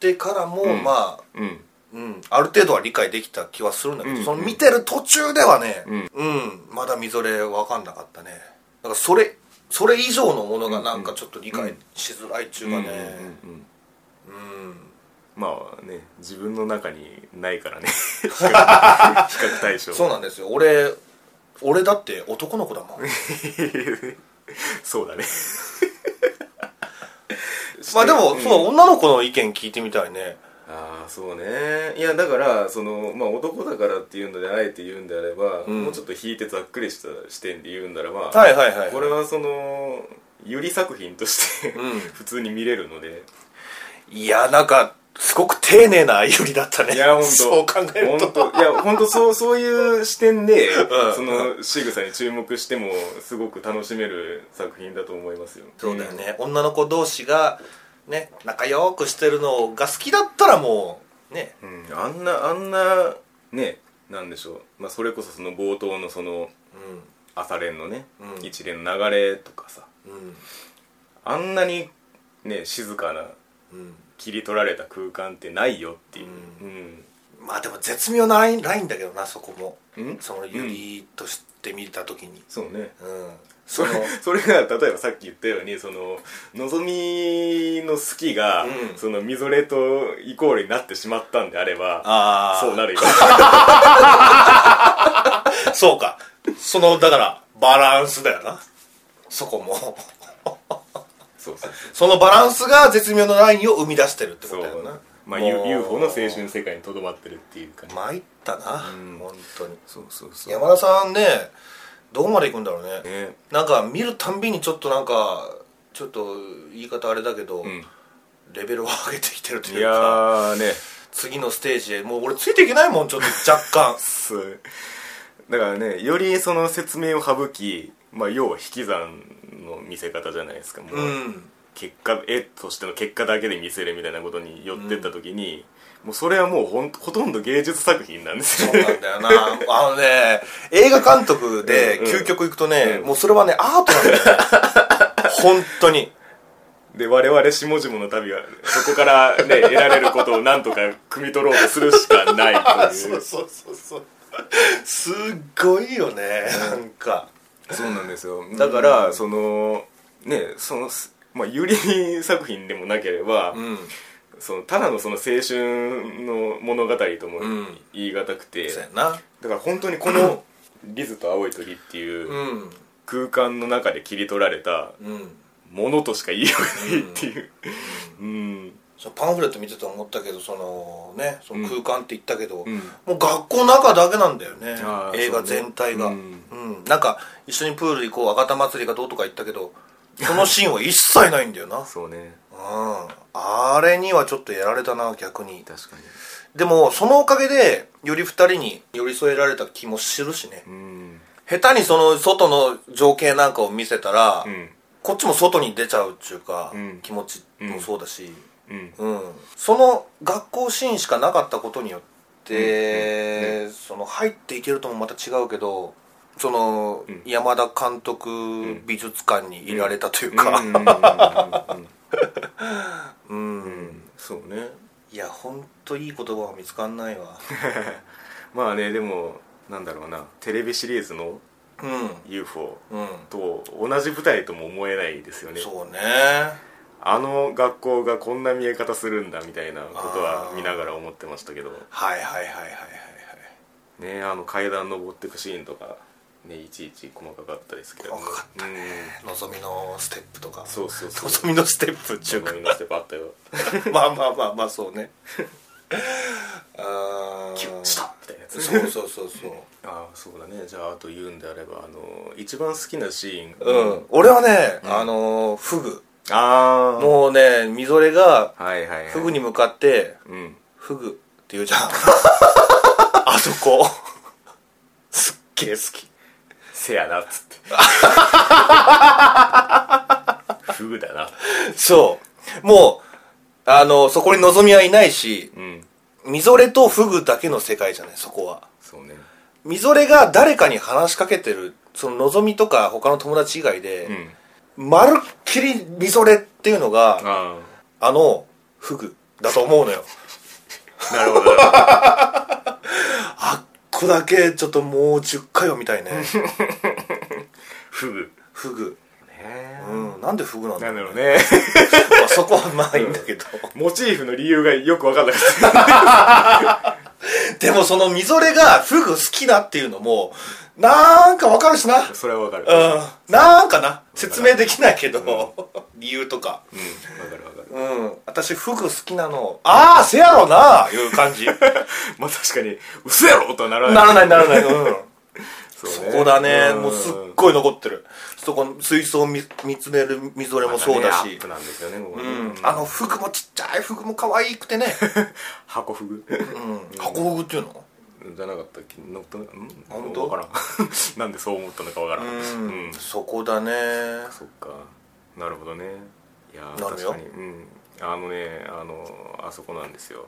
B: てからも、
A: ん
B: まあ、
A: うん
B: うん、ある程度は理解できた気はするんだけど、
A: うん
B: その見てる途中ではね、
A: うん
B: うんまだみぞれ分かんなかったねだからそれそれ以上のものがなんかちょっと理解しづらいっちゅうかね
A: うんうんうん
B: うん
A: まあね自分の中にないから ね比較比較対象
B: そうなんですよ俺俺だって男の子だもん
A: そうだね
B: まあでも、そう女の子の意見聞いてみたいね
A: ああそうねいやだからその、まあ、男だからっていうのであえて言うんであれば、
B: ん
A: もうちょっと引いてざっくりした視点で言うんならば、
B: はいはいはい
A: これはそのゆり作品として、
B: うん
A: 普通に見れるので
B: いやなんかすごく丁寧な歩みだったね
A: いや本当
B: そう考えると
A: 本当いや本当そうそういう視点で、
B: うん
A: その仕草に注目してもすごく楽しめる作品だと思いますよ
B: そうだよね、女の子同士がね仲良くしてるのが好きだったらもうね
A: うん、あんなあんなねなんでしょう、まあ、それこそその冒頭のその朝練のね、
B: うん
A: 一連の流れとかさ
B: うんうん
A: あんなにね静かな
B: うん
A: 切り取られた空間ってないよっていう、
B: まあでも絶妙なラインラインだけどなそこも
A: うん
B: そのゆりとして見た時に
A: そうね
B: うん、そ
A: そ
B: の
A: れ それが例えばさっき言ったようにその望みの好きが、
B: うん
A: そのみぞれとイコールになってしまったんであれば
B: あ
A: そうなるよ
B: そうかそのだからバランスだよなそこも
A: そうそうそう
B: そのバランスが絶妙なラインを生み出してるってことだ
A: そ
B: よ
A: う
B: な
A: まあ、
B: も
A: U- UFO の青春世界にとどまってるっていうかね、
B: 参ったな、
A: うん
B: 本当に
A: そうそうそう
B: 山田さんねどこまで行くんだろうね
A: ね
B: なんか見るたんびにちょっとなんかちょっと言い方あれだけど、
A: ん
B: レベルを上げてきてると
A: い
B: いう
A: や
B: か
A: ーね
B: 次のステージへもう俺ついていけないもんちょっと 若干
A: そうだからねよりその説明を省き、まあ、要は引き算の見せ方じゃないですかもう、
B: うん
A: 結果絵としての結果だけで見せるみたいなことに寄ってった時に、もうそれはもうほんほとんど芸術作品なんです
B: そ
A: よ
B: うなんだよなあのね映画監督で
A: うんうん
B: 究極行くとね、
A: うん
B: もうそれはねアートなんだよね本当に
A: で我々下々の旅はそこから、ね、 得られることをなんとか汲み取ろうとするしかないという
B: そうそうそうすっごいよねなんか
A: そうなんですよだから、そのねそのまあユリ作品でもなければ、
B: うん
A: そのただのその青春の物語とも
B: ん
A: 言い難くて、
B: そうやな
A: だから本当にこの「リズと青い鳥」っていう
B: うん
A: 空間の中で切り取られた
B: うん
A: ものとしか言いようがないっていううん
B: そのパンフレット見てて思ったけどそのねその空間って言ったけど、
A: ん
B: もう学校の中だけなんだよね
A: あー
B: 映画全体が,、
A: そううね
B: んなんか一緒にプール行こう赤田祭りがどうとか言ったけどそのシーンは一切ないんだよなうん
A: そうね
B: あれにはちょっとやられたな逆に
A: 確かに
B: でもそのおかげでより二人に寄り添えられた気もするしね
A: うん
B: 下手にその外の情景なんかを見せたら、
A: うん
B: こっちも外に出ちゃうっていうか、
A: うん
B: 気持ちもそうだし、
A: うん
B: うん、その学校シーンしかなかったことによって、その入っていけるともまた違うけどその、
A: ん
B: 山田監督美術館にいられたという
A: うん
B: か、
A: うんうん
B: うん
A: うんそうね
B: いやほんといい言葉は見つかんないわ
A: まあねでもなんだろうなテレビシリーズの
B: うん
A: UFO
B: うん
A: と同じ舞台とも思えないですよね
B: そうね
A: あの学校がこんな見え方するんだみたいなことは見ながら思ってましたけど
B: はいはいはいはいはいはい
A: ねあの階段登ってくシーンとかねいちいち細かかったですけど
B: 細かかった
A: ね
B: 望みのステップとか
A: そうそうそう
B: 望みのステップっちゅうか
A: 望みのステップあったよ
B: まあまあまあまあそうねあー
A: キュッしたみたいなやつ
B: そうそうそうそう
A: ああそうだねじゃああと言うんであればあの一番好きなシーン
B: うん、俺はね、あのーフグ
A: ああ
B: もうねみぞれが
A: はいはいはい
B: フグに向かって
A: うん
B: 「フグ」って言うじゃん あそこすっげえ好き
A: せやなっ つってフグだな
B: そうもうあのそこに望みはいないし
A: うん
B: みぞれとフグだけの世界じゃないそこは
A: そうね
B: みぞれが誰かに話しかけてるその望みとか他の友達以外で、
A: うん
B: まるっきりみぞれっていうのが
A: あ
B: あのフグだと思うのよ
A: あなるほどなるほど
B: あっこだけちょっともう10回は見たいね
A: フグ
B: フグ
A: ね
B: うんなんでフグなん
A: な
B: だ
A: ん
B: ろ
A: だ
B: う
A: ろうね
B: まあそこはまあいいんだけど
A: モチーフの理由がよく分かんなかった
B: でもそのみぞれがフグ好きだっていうのもなんかわかるしな
A: それはわかる。
B: うんなんかな説明できないけど理由とか
A: うん、わかるわかる。
B: うん私フグ好きなのああせやろないう 感じな
A: まあ確かに、嘘やろとはならない。
B: らないならないうん
A: そ
B: そこだね
A: ん
B: もうすっごい残ってるそこ水槽を見見つめるみぞれもそうだ
A: まねア
B: し
A: ップなんですよね、ここね
B: うんあのフグもちっちゃいフグも可愛 くてね
A: 箱フグ。
B: うん箱フグっていうの
A: じゃなかったっけ乗ったうん
B: 本当
A: わからん。 なんでそう思ったのかわからん。うん。
B: そこだね
A: そっか。なるほどね。いやー、
B: なる
A: 確
B: よ
A: かに。うん。あのね、あの、あそこなんですよ。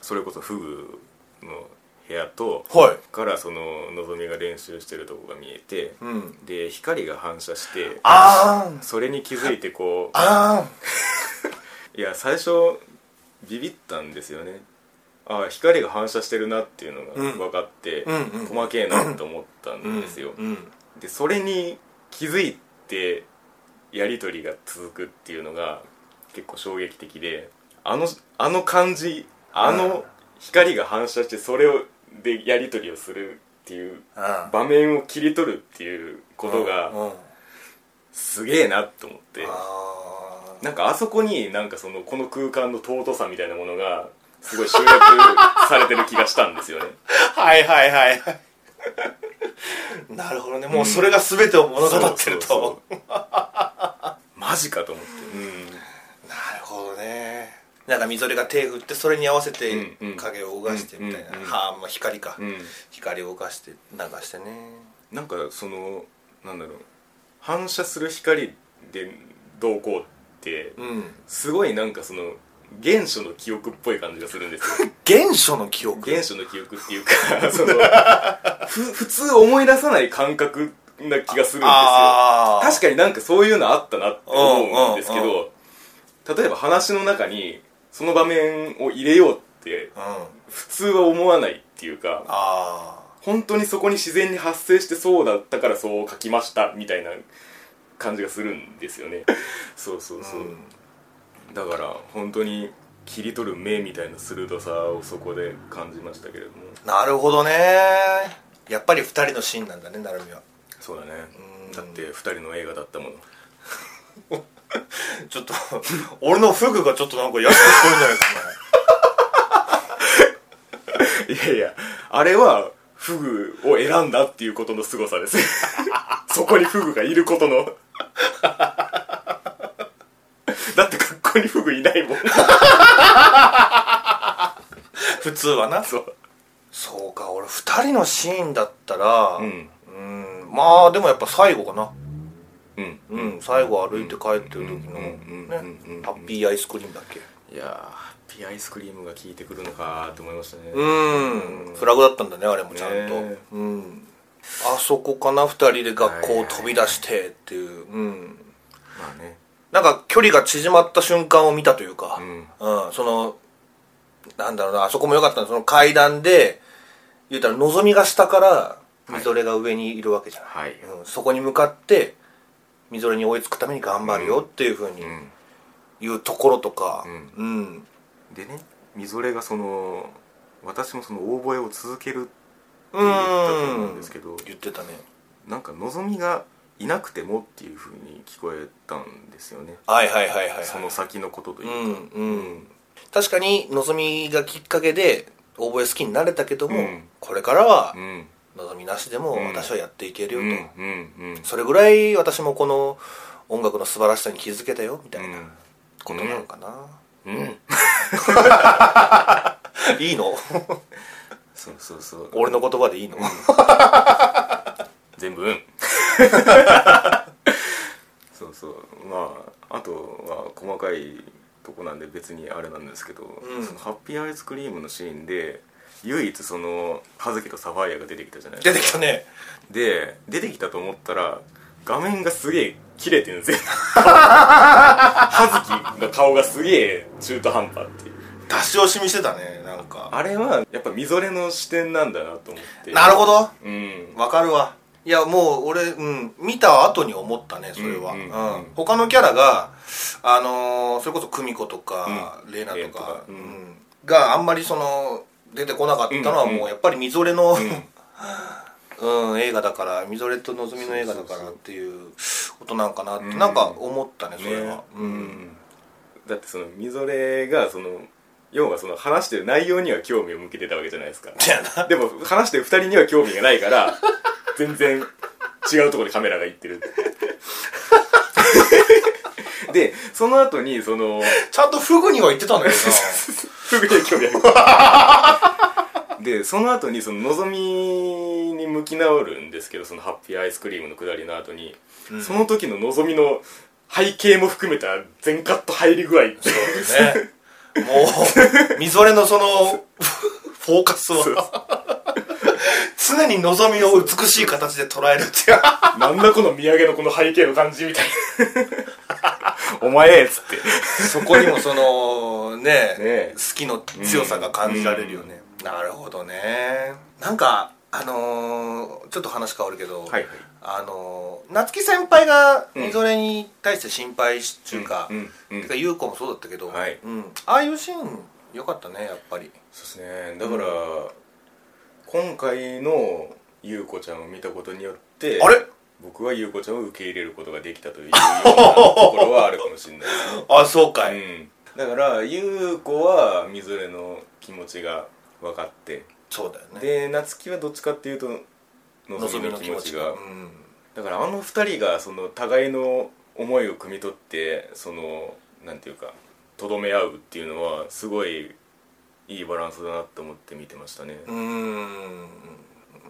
A: それこそフグの部屋と、
B: はい
A: からその、のぞみが練習してるとこが見えて、
B: うん
A: で、光が反射して、
B: あーん
A: それに気づいてこ
B: あ
A: ういや最初ビビったんですよねああ光が反射してるなっていうのが
B: うん
A: 分かって、
B: うんうん
A: 細けえなと思ったんですよ、
B: ーんうん
A: でそれに気づいてやり取りが続くっていうのが結構衝撃的であのあの感じあの光が反射してそれをでやり取りをするっていう
B: あ
A: 場面を切り取るっていうことが
B: うん
A: すげえなと思って、
B: あ
A: なんかあそこになんかそのこの空間の尊さみたいなものがすごい集約されてる気がしたんですよね
B: ーはいはいはいはい なるほどねもうそれが全てを物語ってると
A: そうそうそうマジかと思って、
B: なるほどねなんかみぞれが手振ってそれに合わせて
A: うんうん
B: 影を動かしてみたいな、
A: うんうんうん
B: はあ、まあ、光か、
A: うん、うん、
B: 光を動かして流してね
A: なんかそのなんだろう反射する光でどうこうって
B: うん
A: すごいなんかその原初の記憶っぽい感じがするんですよ
B: 原初の記憶
A: 原初の記憶っていうかそのふ 普通思い出さない感覚な気がするんですよ
B: ああ
A: 確かになんかそういうのあったなって思うんですけ
B: うん
A: ど例えば話の中にその場面を入れようって
B: かにうん
A: 普通は思わないっていうか
B: あ
A: 本当にそこに自然に発生してそうだったからそう書きましたみたいな感じがするんですよね そうそう
B: あ
A: そう、だから本当に切り取る目みたいな鋭さをそこで感じましたけれども
B: なるほどねやっぱり二人のシーンなんだねなるみは
A: そうだねだって2人の映画だったもの
B: ちょっと 俺のフグがちょっとなんか安く聞こえるんじゃないか
A: いやいや、あれは、フグを選んだっていうことの凄さ です。そこにフグがいることの。だって学校にフグいないもん。
B: な 普通はな
A: そう。
B: そうか俺二人のシーンだったらうんんまあでもやっぱ最後かな
A: うん。
B: うん最後歩いて帰って
A: うんうんう
B: る時の
A: んうんうん
B: ねハッピーアイスクリームだっけ
A: いやー、ハッピーアイスクリームが効いてくるのかーって思いましたね。
B: うんフラグだったんだねあれもちゃん
A: ね
B: とうんあそこかな二人で学校を飛び出してっていううん
A: まあね。
B: なんか距離が縮まった瞬間を見たというか、
A: ん
B: うんそのなんだろうなあそこも良かったのその階段で言うたらのぞみが下からみぞれが上にいるわけじゃない、
A: はい
B: うんそこに向かってみぞれに追いつくために頑張るよっていうふうに
A: ん
B: 言うところとかうん、
A: でね、みぞれがその、私もそのオーボエを続けるって
B: う
A: 言ったと思うんんですけど、
B: 言ってたね
A: なんか望みがいなくてもっていう風に聞こえたんですよね。
B: はいはいはいはいはい
A: その先のことという
B: う
A: か。
B: んうん、
A: うん
B: 確かにのぞみがきっかけでオーボエ好きになれたけども、
A: うん
B: これからは
A: うん
B: のぞみなしでも
A: ん
B: 私はやっていけるよと、
A: うんうんうん
B: それぐらい私もこの音楽の素晴らしさに気づけたよみたいなことなのかな、
A: うん、うん、
B: いいの
A: そうそうそう
B: 俺の言葉でいいの、
A: 全 部うんそうそうまああとは細かいとこなんで別にあれなんですけど、
B: ん
A: そのハッピーアイスクリームのシーンで唯一その葉月とサファイアが出てきたじゃない
B: 出てきたね
A: で出てきたと思ったら画面がすげえ切れてるん ですよ葉月の顔がすげえ中途半端っていう
B: 出し惜しみしてたねなんか
A: あれはやっぱみぞれの視点なんだなと思って
B: なるほど
A: うん
B: わかるわいやもう俺、うん、見た後に思ったねそれは、
A: う
B: うんん
A: うんうん
B: 他のキャラがあのーそれこそ久美子とか、玲奈
A: 玲奈と
B: とか、
A: かうん
B: うんがあんまりその出てこなかったのは
A: うんうん
B: もうやっぱりみぞれの、
A: ん
B: うん映画だからみぞれとのぞみの映画だ
A: そう
B: か
A: そう
B: ら
A: そう
B: っていうことなんかなって、
A: うん
B: なんか思ったねそれ
A: ね
B: は、うん、
A: だってそのみぞれがその要はその話してる内容には興味を向けてたわけじゃないですか
B: やな
A: でも話してる2人には興味がないから 全然違うところでカメラがいってる でその後にその
B: ちゃんとフグには言ってたん だけどな
A: すぐに興味ある でその後にその望みに向き直るんですけどそのハッピーアイスクリームのくだりの後に、その時の望みの背景も含めた全カット入り 具合って
B: ね。もう、みぞれのその、フォーカスを、常に望みを美しい形で捉えるっていう。
A: なんだこの土産のこの背景の感じみたいな お前っつって
B: そこにもその、ね
A: え
B: 好きの強さが感じられるよね。なるほどね。なんか、あのーちょっと話変わるけど、
A: はいはい
B: あのー夏木先輩がみぞれに対して心配し、ちゅうか、
A: うんうん
B: てか、優子もそうだったけど、
A: はい
B: うん、ああいうシーン、よかったね、やっぱり。
A: そうですねだから、今回の優子ちゃんを見たことによって
B: あれ
A: 僕は優子ちゃんを受け入れることができたというようなところはあるかもしれないですね
B: あ、そうかい。
A: うん、だから優子はみぞれの気持ちが分かって
B: そうだよね。
A: で夏希はどっちかっていうとのぞ
B: 望
A: み
B: み
A: の
B: の
A: 気
B: 気
A: 持
B: 持
A: ち
B: ち
A: が
B: が、うん、
A: だからあの二人がその互いの思いを汲み取ってそのなんていうかとどめ合うっていうのはすごいいいバランスだなと思って見てましたね、
B: うーん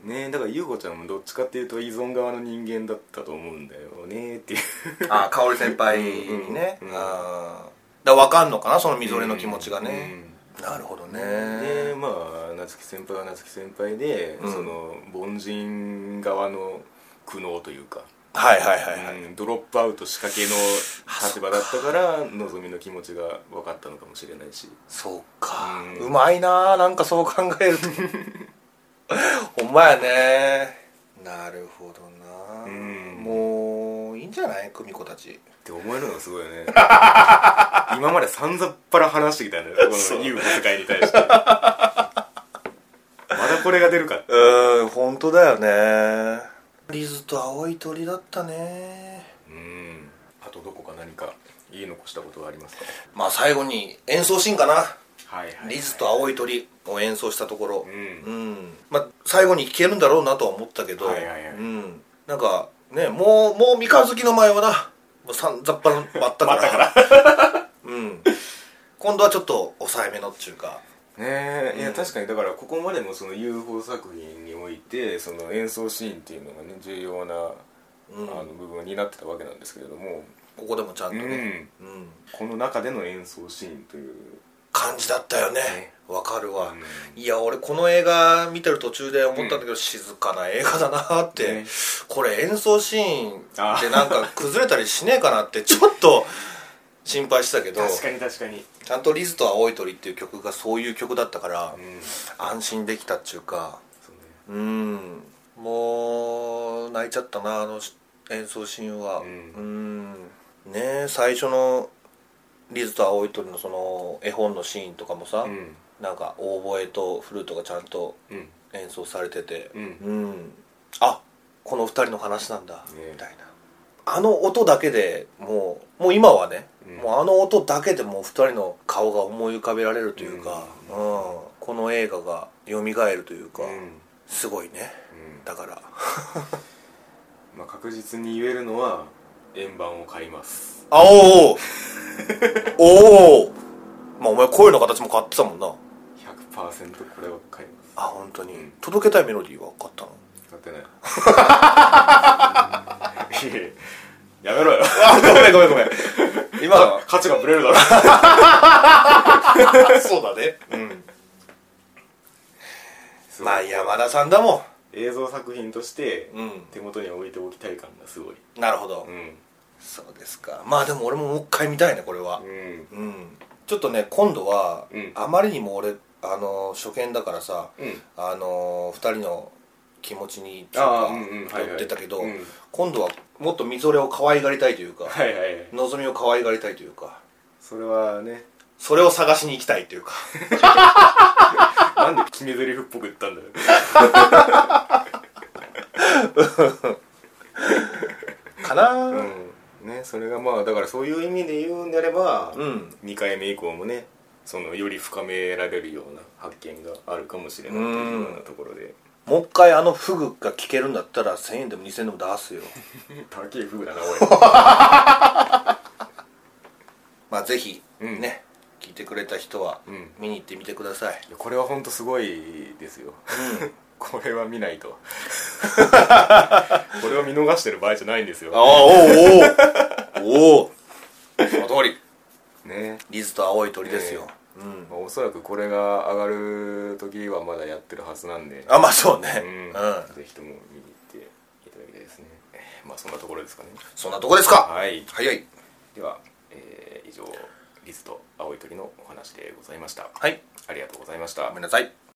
A: ねえだから優子ちゃんもどっちかっていうと依存側の人間だったと思うんだよねっていう
B: あ香織先輩にね、
A: う
B: うんん
A: うん
B: だから分かんのかなそのみぞれの気持ちがね、なるほどね
A: でまあ夏樹先輩は夏樹先輩で、
B: うん
A: その凡人側の苦悩というか、
B: はいはいはいはい、
A: うんドロップアウト仕掛けの立場だったから望みの気持ちが分かったのかもしれないし
B: そうか、
A: う
B: うんまいななんかそう考えると ほんまやねなるほどな、
A: うん
B: もういいんじゃない久美子たち
A: って思えるのがすごいよ ね今まで散々っぱら話してきたんだよこの優の世界に対 してまだこれが出るかって
B: うん本当だよねリズと青い鳥だったね
A: うんあとどこか何か言い残したことはありますか
B: まあ最後に演奏シーンかな
A: はいはい、
B: リズと青い鳥を演奏したところ、
A: う
B: まあ、最後に聴けるんだろうなとは思ったけど、
A: はいはいはい
B: うん、なんかねもうもう三日月の前はなもうさんざっぱ らまったから うん、今度はちょっと抑えめのっちゅうか
A: ねえ、いや
B: うん
A: 確かにだからここまでもその UFO 作品においてその演奏シーンっていうのがね重要な、
B: うん
A: あの部分になってたわけなんですけれども、
B: ここでもちゃんとね、
A: うん
B: うん
A: この中での演奏シーンという
B: 感じだったよ
A: ね
B: ねわかるわ、
A: う
B: いや俺この映画見てる途中で思ったんだけど、静かな映画だなって、
A: ね
B: これ演奏シーン
A: あ
B: でなんか崩れたりしねえかなってちょっと心配してたけど
A: に確かに、
B: ちゃんと「リズと青い鳥」っていう曲がそういう曲だったから、
A: うん
B: 安心できたっちゅうか
A: そうね
B: うんもう泣いちゃったなあのし演奏シーンは
A: う
B: うんんねえ最初の「リズと青い鳥」のその絵本のシーンとかもさ、
A: うん
B: なんかオーボエとフルートがちゃんと
A: うん
B: 演奏されてて
A: うん
B: あこの二人の話なんだ、
A: え
B: みたいなあの音だけでもうもう今はね、
A: うん
B: もうあの音だけでもう二人の顔が思い浮かべられるというか、うんこの映画が蘇るというか、
A: うん
B: すごいねだから
A: まあ、確実に言えるのは円盤を買います
B: あおーおおーまあお前声の形も変わってたもんな
A: 100%これを買います
B: あ本当に、届けたいメロディーは変わっ たの
A: 買ってないいやいややめろ よ
B: あごめんごめん ごめん今のは
A: 価値がぶれるだろ
B: そうだねうん
A: すごい
B: まあ山田さんだも
A: 映像作品として
B: んうん
A: 手元に置いておきたい感がすごい
B: なるほど、
A: うん
B: そうですかまあでも俺ももう一回見たいねこれは
A: うん
B: うん、ちょっとね今度は、
A: うん
B: あまりにも俺あの初見だからさ、
A: うん
B: あの二人の気持ちに
A: あー
B: ちょっ
A: うんうん
B: と
A: はいはい
B: 寄ってたけど、
A: うん
B: 今度はもっとみぞれを可愛がりたいというか
A: はいはいはい
B: 望みを可愛がりたいというか
A: それは ね
B: それを探しに行きたいというか
A: なんで決め台詞っぽく言ったんだよ
B: かなうん、
A: うんねそれがまあだからそういう意味で言うんであれば
B: うん
A: 2回目以降もねそのより深められるような発見があるかもしれないというようなところで
B: もう一回あのフグが聞けるんだったら1000円でも2000円でも出すよ
A: 高 い風だな俺
B: まあぜひ、
A: うん
B: ね聞いてくれた人は
A: うん
B: 見に行ってみてください、
A: いやこれは本当すごいですよ これは見ない とこれを見逃してる場合じゃないんです
B: あ
A: よ
B: あおう おうおうその通り
A: ね
B: リズと青い鳥ですよ、うん
A: まあおそらくこれが上がる時はまだやってるはずなんで
B: あまあそうね
A: う、
B: うんん、
A: ぜひとも見に行っていただきたいですねえーまあそんなところですかね
B: そんなとこですか
A: はい
B: 早い
A: では、えー以上リズと青い鳥のお話でございました
B: はい
A: ありがとうございました
B: ごめんなさい